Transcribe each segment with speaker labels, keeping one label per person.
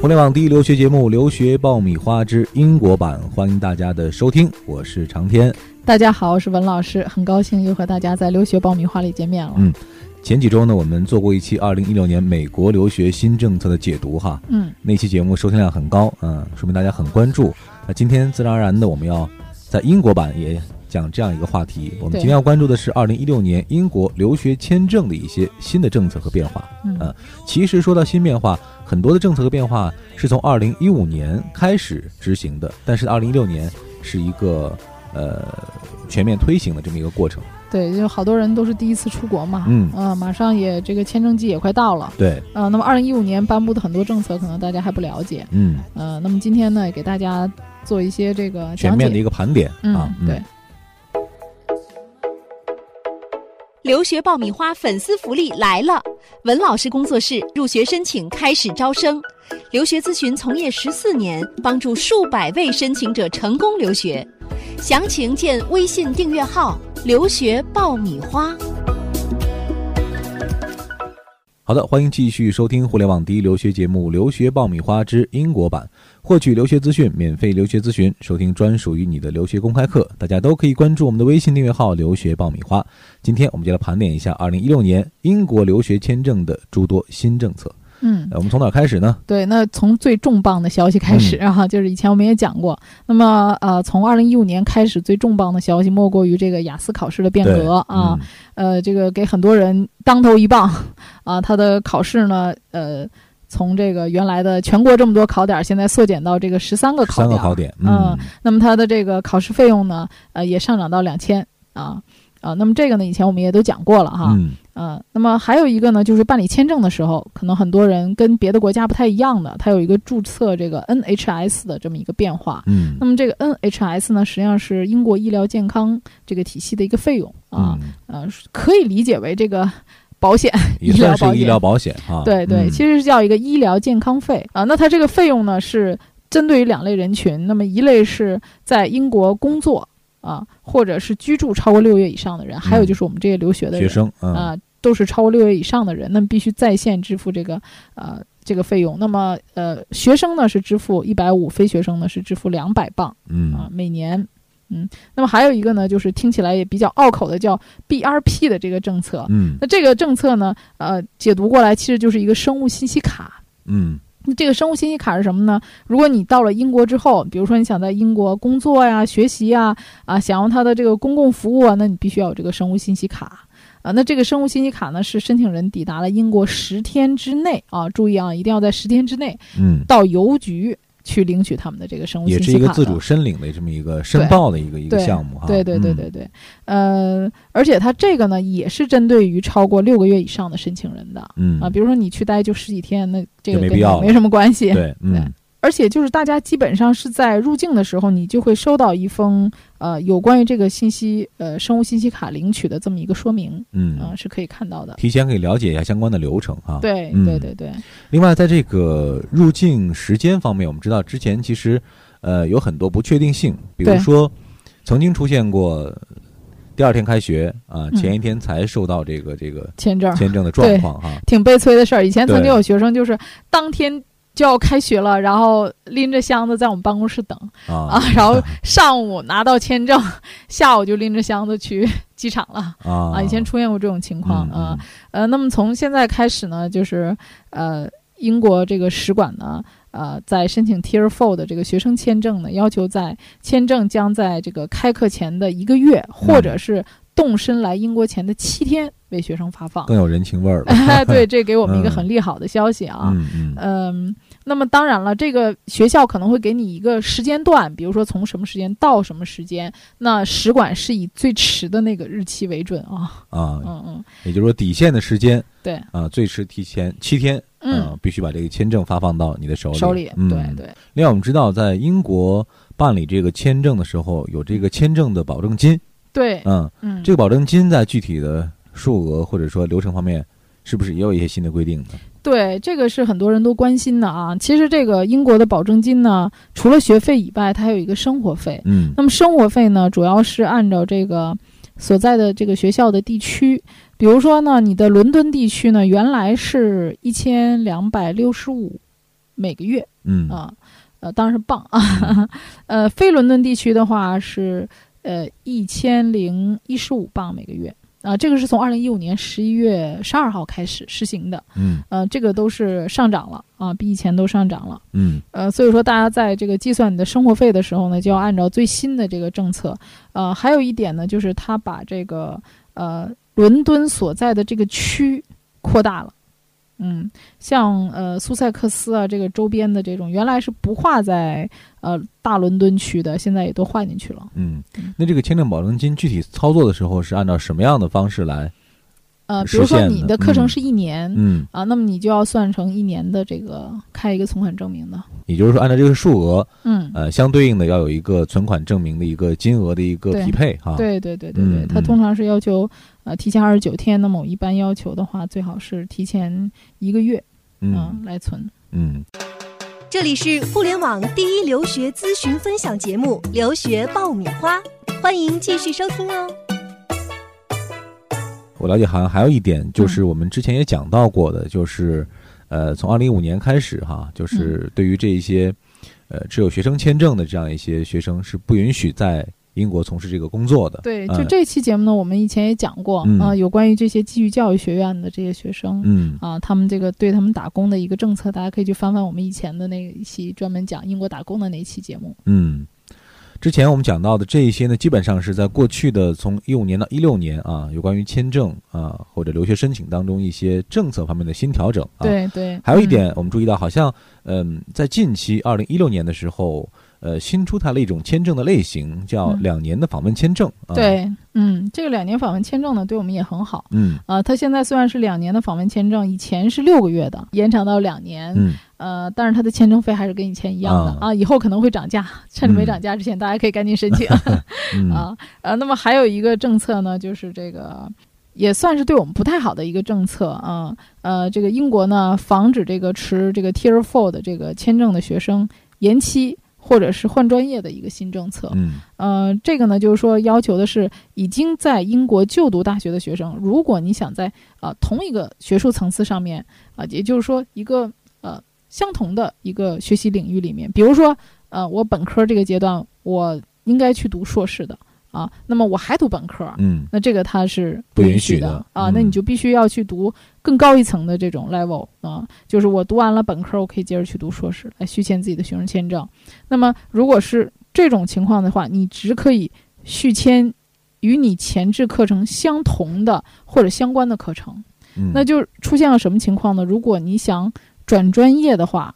Speaker 1: 互联网第一留学节目《留学爆米花之英国版》，欢迎大家的收听，我是长天。
Speaker 2: 大家好，我是文老师，很高兴又和大家在留学爆米花里见面了。
Speaker 1: 嗯前几周呢，我们做过一期二零一六年美国留学新政策的解读哈，
Speaker 2: 嗯
Speaker 1: 那期节目收听量很高，嗯，说明大家很关注。那今天自然而然的，我们要在英国版也讲这样一个话题。我们
Speaker 2: 对
Speaker 1: 今天要关注的是二零一六年英国留学签证的一些新的政策和变化。
Speaker 2: 嗯
Speaker 1: 呃其实说到新变化，很多的政策和变化是从二零一五年开始执行的，但是二零一六年是一个呃全面推行的这么一个过程。
Speaker 2: 对，就好多人都是第一次出国嘛，
Speaker 1: 嗯
Speaker 2: 呃，马上也这个签证季也快到了，
Speaker 1: 对，
Speaker 2: 呃，那么二零一五年颁布的很多政策，可能大家还不了解，
Speaker 1: 嗯，
Speaker 2: 呃，那么今天呢，也给大家做一些这个
Speaker 1: 全
Speaker 2: 讲
Speaker 1: 面的一
Speaker 2: 解，
Speaker 1: 个盘点、
Speaker 2: 嗯，
Speaker 1: 啊。嗯
Speaker 2: 对，，
Speaker 3: 留学爆米花粉丝福利来了！文老师工作室入学申请开始招生，留学咨询从业十四年，帮助数百位申请者成功留学。详情见微信订阅号“留学爆米花”。
Speaker 1: 好的，欢迎继续收听互联网第一留学节目《留学爆米花之英国版》，获取留学资讯，免费留学咨询，收听专属于你的留学公开课。大家都可以关注我们的微信订阅号“留学爆米花”。今天我们就来盘点一下2016年英国留学签证的诸多新政策。
Speaker 2: 嗯
Speaker 1: 呃。我们从哪儿开始呢？
Speaker 2: 对，那从最重磅的消息开
Speaker 1: 嗯
Speaker 2: 始啊，就是以前我们也讲过，那么呃，从二零一五年开始，最重磅的消息莫过于这个雅思考试的变
Speaker 1: 对
Speaker 2: 革啊，
Speaker 1: 嗯
Speaker 2: 呃，这个给很多人当头一棒 啊，他的考试呢，呃，从这个原来的全国这么多考点儿，现在缩减到这个十三个考
Speaker 1: 三个
Speaker 2: 点，
Speaker 1: 考点，
Speaker 2: 嗯，那么它的这个考试费用呢，呃，也上涨到两千啊。啊，那么这个呢，以前我们也都讲过了哈，
Speaker 1: 嗯，
Speaker 2: 呃，那么还有一个呢，就是办理签证的时候，可能很多人跟别的国家不太一样的，它有一个注册这个 NHS 的这么一个变化。
Speaker 1: 嗯，
Speaker 2: 那么这个 NHS 呢，实际上是英国医疗健康这个体系的一个费用啊，
Speaker 1: 嗯，
Speaker 2: 呃，可以理解为这个保险。
Speaker 1: 也
Speaker 2: 医疗
Speaker 1: 算是
Speaker 2: 保
Speaker 1: 医
Speaker 2: 险
Speaker 1: 疗保险啊。
Speaker 2: 对对，
Speaker 1: 嗯
Speaker 2: 其实是叫一个医疗健康费啊、那它这个费用呢是针对于两类人群，那么一类是在英国工作啊、或者是居住超过六月以上的人，还有就是我们这些留学
Speaker 1: 嗯
Speaker 2: 的
Speaker 1: 学
Speaker 2: 人
Speaker 1: 生，嗯
Speaker 2: 啊、都是超过六月以上的人，那么必须在线支付这个呃这个费用。那么呃，学生呢是支付一百五，非学生呢是支付两百镑啊、
Speaker 1: 嗯，
Speaker 2: 每年。嗯，那么还有一个呢，就是听起来也比较拗口的叫 BRP 的这个政策，
Speaker 1: 嗯
Speaker 2: 那这个政策呢，呃，解读过来其实就是一个生物信息卡。
Speaker 1: 嗯
Speaker 2: 那这个生物信息卡是什么呢？如果你到了英国之后，比如说你想在英国工作呀、学习呀，啊，想要它的这个公共服务啊，那你必须要有这个生物信息卡。啊，那这个生物信息卡呢，是申请人抵达了英国十天之内啊，注意啊，一定要在十天之内
Speaker 1: 嗯，
Speaker 2: 到邮局去领取他们的这个生物信
Speaker 1: 也
Speaker 2: 息
Speaker 1: 是
Speaker 2: 卡。
Speaker 1: 一个自主申领的这么一个申报的一个一个
Speaker 2: 对
Speaker 1: 项目哈。
Speaker 2: 对对对
Speaker 1: 嗯
Speaker 2: 对，对，呃，而且它这个呢，也是针对于超过六个月以上的申请人的。
Speaker 1: 嗯
Speaker 2: 啊，比如说你去待就十几天，那这
Speaker 1: 就
Speaker 2: 个
Speaker 1: 没必
Speaker 2: 跟你
Speaker 1: 要了
Speaker 2: 没什么关系。
Speaker 1: 对，嗯
Speaker 2: 而且就是大家基本上是在入境的时候，你就会收到一封呃有关于这个信息呃生物信息卡领取的这么一个说明啊、
Speaker 1: 嗯，
Speaker 2: 是可以看到的。
Speaker 1: 提前可以了解一下相关的流程哈。。
Speaker 2: 对
Speaker 1: 嗯
Speaker 2: 对对对，
Speaker 1: 另外，在这个入境时间方面，我们知道之前其实呃有很多不确定性，比如
Speaker 2: 对
Speaker 1: 说曾经出现过第二天开学啊，
Speaker 2: 嗯
Speaker 1: 前一天才收到这个这个
Speaker 2: 签证
Speaker 1: 签证的
Speaker 2: 对
Speaker 1: 状况哈。
Speaker 2: 挺悲催的事儿。以前曾
Speaker 1: 对
Speaker 2: 经有学生就是当天。就要开学了，然后拎着箱子在我们办公室等啊
Speaker 1: 啊，
Speaker 2: 然后上午拿到签证，下午就拎着箱子去机场了
Speaker 1: 啊嗯
Speaker 2: 啊！以前出现过这种情况啊，，呃，那么从现在开始呢，就是呃，英国这个使馆呢，呃，在申请 Tier Four 的这个学生签证呢，要求在签证将在这个开课前的一个月，或者是动身来英国前的七天为学生发放。
Speaker 1: 更有人情味儿了。
Speaker 2: 哎，对，这给我们一个
Speaker 1: 嗯
Speaker 2: 很利好的消息 啊。
Speaker 1: 嗯嗯
Speaker 2: 嗯，那么当然了，这个学校可能会给你一个时间段，比如说从什么时间到什么时间，那使馆是以最迟的那个日期为准啊。
Speaker 1: 啊，
Speaker 2: 嗯嗯，
Speaker 1: 也就是说底线的时间
Speaker 2: 对，
Speaker 1: 啊，最迟提前七天，
Speaker 2: 嗯，
Speaker 1: 啊，必须把这个签证发放到你的手里。
Speaker 2: 手里，
Speaker 1: 嗯
Speaker 2: 对。对，
Speaker 1: 另外，我们知道在英国办理这个签证的时候，有这个签证的保证金，
Speaker 2: 对，
Speaker 1: 嗯，
Speaker 2: 嗯，
Speaker 1: 这个保证金在具体的数额或者说流程方面，是不是也有一些新的规定呢？
Speaker 2: 对这个是很多人都关心的啊。其实这个英国的保证金呢，除了学费以外，它还有一个生活费。
Speaker 1: 嗯
Speaker 2: 那么生活费呢，主要是按照这个所在的这个学校的地区，比如说呢，你的伦敦地区呢，原来是一千两百六十五每个月
Speaker 1: 嗯
Speaker 2: 啊，呃，当然是镑啊， 呃，非伦敦地区的话是呃一千零一十五镑每个月啊、这个是从二零一五年十一月十二号开始实行的，
Speaker 1: 嗯
Speaker 2: 呃，这个都是上涨了啊，比以前都上涨了。
Speaker 1: 嗯
Speaker 2: 呃，所以说大家在这个计算你的生活费的时候呢，就要按照最新的这个政策。呃，还有一点呢，就是它把这个呃伦敦所在的这个区扩大了。嗯，像呃苏塞克斯啊这个周边的这种，原来是不划在呃大伦敦区的，现在也都划进去了。
Speaker 1: 嗯。那这个签证保证金具体操作的时候是按照什么样的方式来？
Speaker 2: 呃，比
Speaker 1: 实
Speaker 2: 如说
Speaker 1: 现
Speaker 2: 你
Speaker 1: 的
Speaker 2: 的课程
Speaker 1: 嗯
Speaker 2: 是一年、
Speaker 1: 嗯，
Speaker 2: 啊，那么你就要算成一年的这个开一个存款证明的。
Speaker 1: 也就是说按照这个数额，
Speaker 2: 嗯，
Speaker 1: 呃，相对应的要有一个存款证明的一个金额的一个
Speaker 2: 对
Speaker 1: 匹配哈。，
Speaker 2: 对对对对对，
Speaker 1: 啊嗯
Speaker 2: 他
Speaker 1: 嗯
Speaker 2: 通常是要求呃提前二十九天，那么我一般要求的话，最好是提前一个月啊
Speaker 1: 嗯
Speaker 2: 来存。
Speaker 1: 嗯
Speaker 3: 这里是
Speaker 4: 互联网第一留学咨询分享节目《留学爆米花》，欢迎继续收听哦。
Speaker 1: 我了解，好像还有一点就是我们之前也讲到过的，就是呃，从二零一五年开始哈，就是对于这一些呃持有学生签证的这样一些学生是不允许在英国从事这个工作的。
Speaker 2: 对，
Speaker 1: 嗯
Speaker 2: 就这期节目呢，我们以前也讲过啊、
Speaker 1: 嗯
Speaker 2: 有关于这些继续教育学院的这些学生。
Speaker 1: 嗯
Speaker 2: 啊，他们这个对他们打工的一个政策，大家可以去翻翻我们以前的那一期专门讲英国打工的那一期节目。
Speaker 1: 嗯，之前我们讲到的这一些呢，基本上是在过去的从一五年到一六年啊，有关于签证啊或者留学申请当中一些政策方面的新调整啊。
Speaker 2: 对对，
Speaker 1: 还有一
Speaker 2: 嗯，
Speaker 1: 点，我们注意到，好像嗯，在近期二零一六年的时候，呃，新出台了一种签证的类型，叫
Speaker 2: 嗯
Speaker 1: 两年的访问签证。啊，
Speaker 2: 对，嗯，这个两年访问签证呢，对我们也很好
Speaker 1: 嗯
Speaker 2: 啊。它现在虽然是两年的访问签证，以前是六个月的，延长到两年，
Speaker 1: 嗯
Speaker 2: 呃，但是它的签证费还是跟以前一样的
Speaker 1: 啊
Speaker 2: 啊以后可能会涨价，趁着
Speaker 1: 嗯
Speaker 2: 没涨价之前，大家可以赶 紧申请
Speaker 1: 嗯
Speaker 2: 啊。呃，那么还有一个政策呢，就是这个也算是对我们不太好的一个政策啊。呃，这个英国呢，防止这个持这个 Tier Four 的这个签证的学生延期或者是换专业的一个新政策。
Speaker 1: 嗯
Speaker 2: 呃，这个呢，就是说要求的是已经在英国就读大学的学生，如果你想在啊、呃同一个学术层次上面啊、也就是说一个呃相同的一个学习领域里面，比如说呃我本科这个阶段我应该去读硕士的啊，那么我还读本科，
Speaker 1: 嗯
Speaker 2: 那这个它是
Speaker 1: 不允
Speaker 2: 许
Speaker 1: 许的
Speaker 2: 啊、
Speaker 1: 嗯
Speaker 2: 那你就必须要去读更高一层的这种 level 啊、就是我读完了本科，我可以接着去读硕士，来续签自己的学生签证。那么如果是这种情况的话，你只可以续签与你前置课程相同的或者相关的课程。
Speaker 1: 嗯，
Speaker 2: 那就出现了什么情况呢？如果你想转专业的话，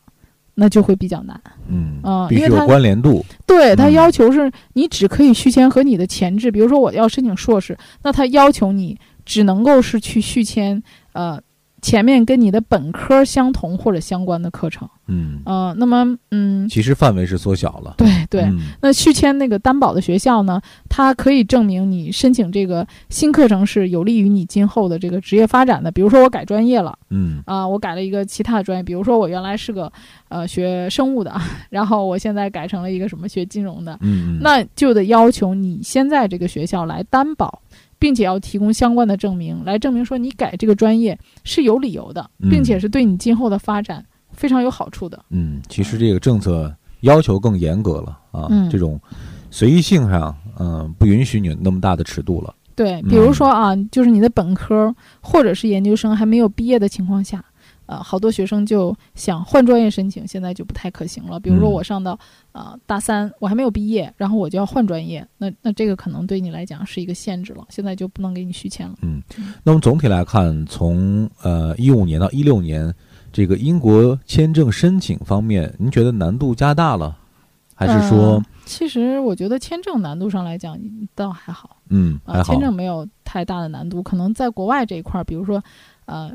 Speaker 2: 那就会比较难。
Speaker 1: 嗯
Speaker 2: 啊
Speaker 1: 必
Speaker 2: 因
Speaker 1: 须
Speaker 2: 为它
Speaker 1: 有关联度。
Speaker 2: 对他
Speaker 1: 嗯
Speaker 2: 要求是你只可以续签和你的前置，比如说我要申请硕士，那他要求你只能够是去续签呃前面跟你的本科相同或者相关的课程，
Speaker 1: 嗯，
Speaker 2: 呃，那么嗯，
Speaker 1: 其实范围是缩小了。
Speaker 2: 对对。
Speaker 1: 嗯
Speaker 2: 那续签那个担保的学校呢，它可以证明你申请这个新课程是有利于你今后的这个职业发展的。比如说我改专业了，
Speaker 1: 嗯
Speaker 2: 啊、我改了一个其他的专业，比如说我原来是个呃学生物的， 然后我现在改成了一个什么学金融的，
Speaker 1: 嗯，嗯
Speaker 2: 那就得要求你先在这个学校来担保，并且要提供相关的证明，来证明说你改这个专业是有理由的，
Speaker 1: 嗯
Speaker 2: 并且是对你今后的发展非常有好处的。
Speaker 1: 嗯，其实这个政策要求更严格了啊，
Speaker 2: 嗯
Speaker 1: 这种随意性上，嗯、不允许你有那么大的尺度了。
Speaker 2: 对，比如说啊，就是你的本科或者是研究生还没有毕业的情况下，呃，好多学生就想换专业申请，现在就不太可行了。比如说
Speaker 1: 嗯
Speaker 2: 我上到呃大三，我还没有毕业，然后我就要换专业，那那这个可能对你来讲是一个限制了，现在就不能给你续签了。
Speaker 1: 那么总体来看，从呃一五年到一六年，这个英国签证申请方面，您觉得难度加大了，还是说
Speaker 2: 嗯，其实我觉得签证难度上来讲倒还好
Speaker 1: 嗯
Speaker 2: 啊，
Speaker 1: 还好
Speaker 2: 签？证没有太大的难度。可能在国外这一块儿，比如说，呃，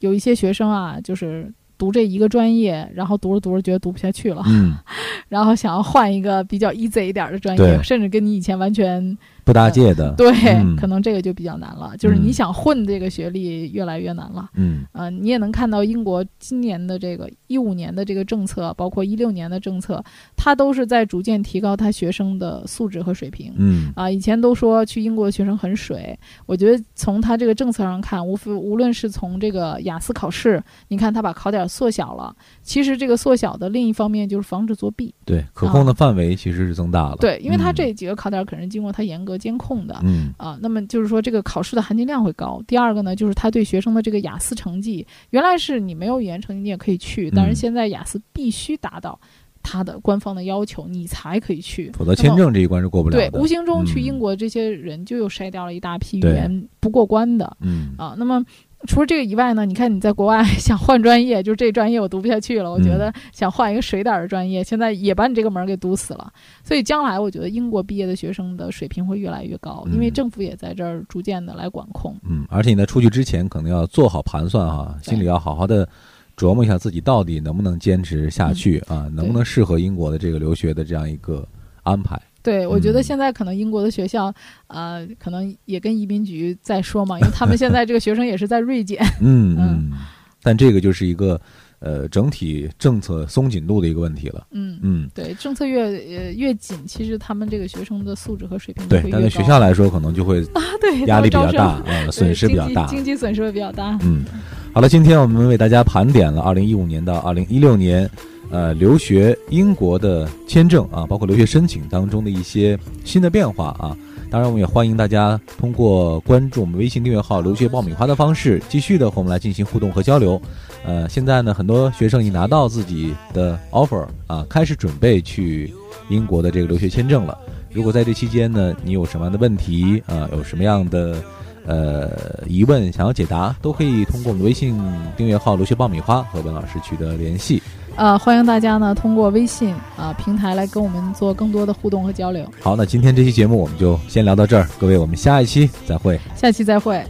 Speaker 2: 有一些学生啊，就是读这一个专业，然后读着读着觉得读不下去了，
Speaker 1: 嗯，
Speaker 2: 然后想要换一个比较 easy 一点儿的专业，
Speaker 1: 对
Speaker 2: 甚至跟你以前完全
Speaker 1: 不搭界的，
Speaker 2: 对，
Speaker 1: 嗯
Speaker 2: 可能这个就比较难了。就是你
Speaker 1: 嗯
Speaker 2: 想混这个学历越来越难了。
Speaker 1: 嗯
Speaker 2: 呃，你也能看到英国今年的这个一五年的这个政策，包括一六年的政策，它都是在逐渐提高它学生的素质和水平。
Speaker 1: 嗯
Speaker 2: 啊，以前都说去英国的学生很水，我觉得从他这个政策上看，无非无论是从这个雅思考试，你看他把考点点缩小了。其实这个缩小的另一方面就是防止作弊，
Speaker 1: 对，可控的范围其实是增大了。
Speaker 2: 嗯对，因为它
Speaker 1: 嗯
Speaker 2: 这几个考点可是经过它严格监控的。
Speaker 1: 嗯
Speaker 2: 啊，那么就是说这个考试的含金量会高。第二个呢，就是他对学生的这个雅思成绩，原来是你没有语言成绩你也可以去，但是
Speaker 1: 嗯
Speaker 2: 现在雅思必须达到他的官方的要求，你才可以去，
Speaker 1: 否则
Speaker 2: 那
Speaker 1: 签
Speaker 2: 么
Speaker 1: 证这一关是过不了
Speaker 2: 对
Speaker 1: 的。，
Speaker 2: 无形中去
Speaker 1: 嗯
Speaker 2: 英国这些人就又筛掉了一大批语
Speaker 1: 对
Speaker 2: 言不过关的
Speaker 1: 嗯，
Speaker 2: 啊。那么除了这个以外呢，你看你在国外 想换专业，就是这专业我读不下去了，我觉
Speaker 1: 嗯
Speaker 2: 得想换一个水点儿的专业，现在也把你这个门儿给堵死了。所以将来我觉得英国毕业的学生的水平会越来越高，因为
Speaker 1: 嗯
Speaker 2: 政府也在这儿逐渐的来管控。
Speaker 1: 嗯，而且你在出去之前，可能要做好盘算哈，
Speaker 2: 对
Speaker 1: 心里要好好的琢磨一下自己到底能不能坚持
Speaker 2: 嗯
Speaker 1: 下去啊，能不能适合英国的这个留学的这样一个安排。
Speaker 2: 对，我觉得
Speaker 1: 嗯
Speaker 2: 现在可能英国的学校，呃，可能也跟移民局在说嘛，因为他们现在这个学生也是在锐减。
Speaker 1: 嗯
Speaker 2: 嗯
Speaker 1: 嗯，但这个就是一个呃整体政策松紧度的一个问题了。
Speaker 2: 嗯，
Speaker 1: 嗯，
Speaker 2: 对，政策越呃越紧，其实他们这个学生的素质和水平就
Speaker 1: 对
Speaker 2: 会，越
Speaker 1: 但
Speaker 2: 高。
Speaker 1: 对学校来说，可能就会
Speaker 2: 对
Speaker 1: 压
Speaker 2: 他们
Speaker 1: 力比较
Speaker 2: 招生
Speaker 1: 大，呃，损失比较大
Speaker 2: 对。经济经济损失会比较大。
Speaker 1: 嗯，好了，今天我们为大家盘点了2015年到2016年，呃，留学英国的签证啊，包括留学申请当中的一些新的变化啊。当然，我们也欢迎大家通过关注我们微信订阅号“留学爆米花”的方式，继续的和我们来进行互动和交流。呃，现在呢，很多学生已经拿到自己的 offer 啊，开始准备去英国的这个留学签证了。如果在这期间呢，你有什么样的问题啊、有什么样的呃疑问想要解答，都可以通过我们的微信订阅号“留学爆米花”和文老师取得联系。
Speaker 2: 呃，欢迎大家呢通过微信啊、平台来跟我们做更多的互动和交流。
Speaker 1: 好，那今天这期节目我们就先聊到这儿，各位，我们下一期再会。
Speaker 2: 下期再会。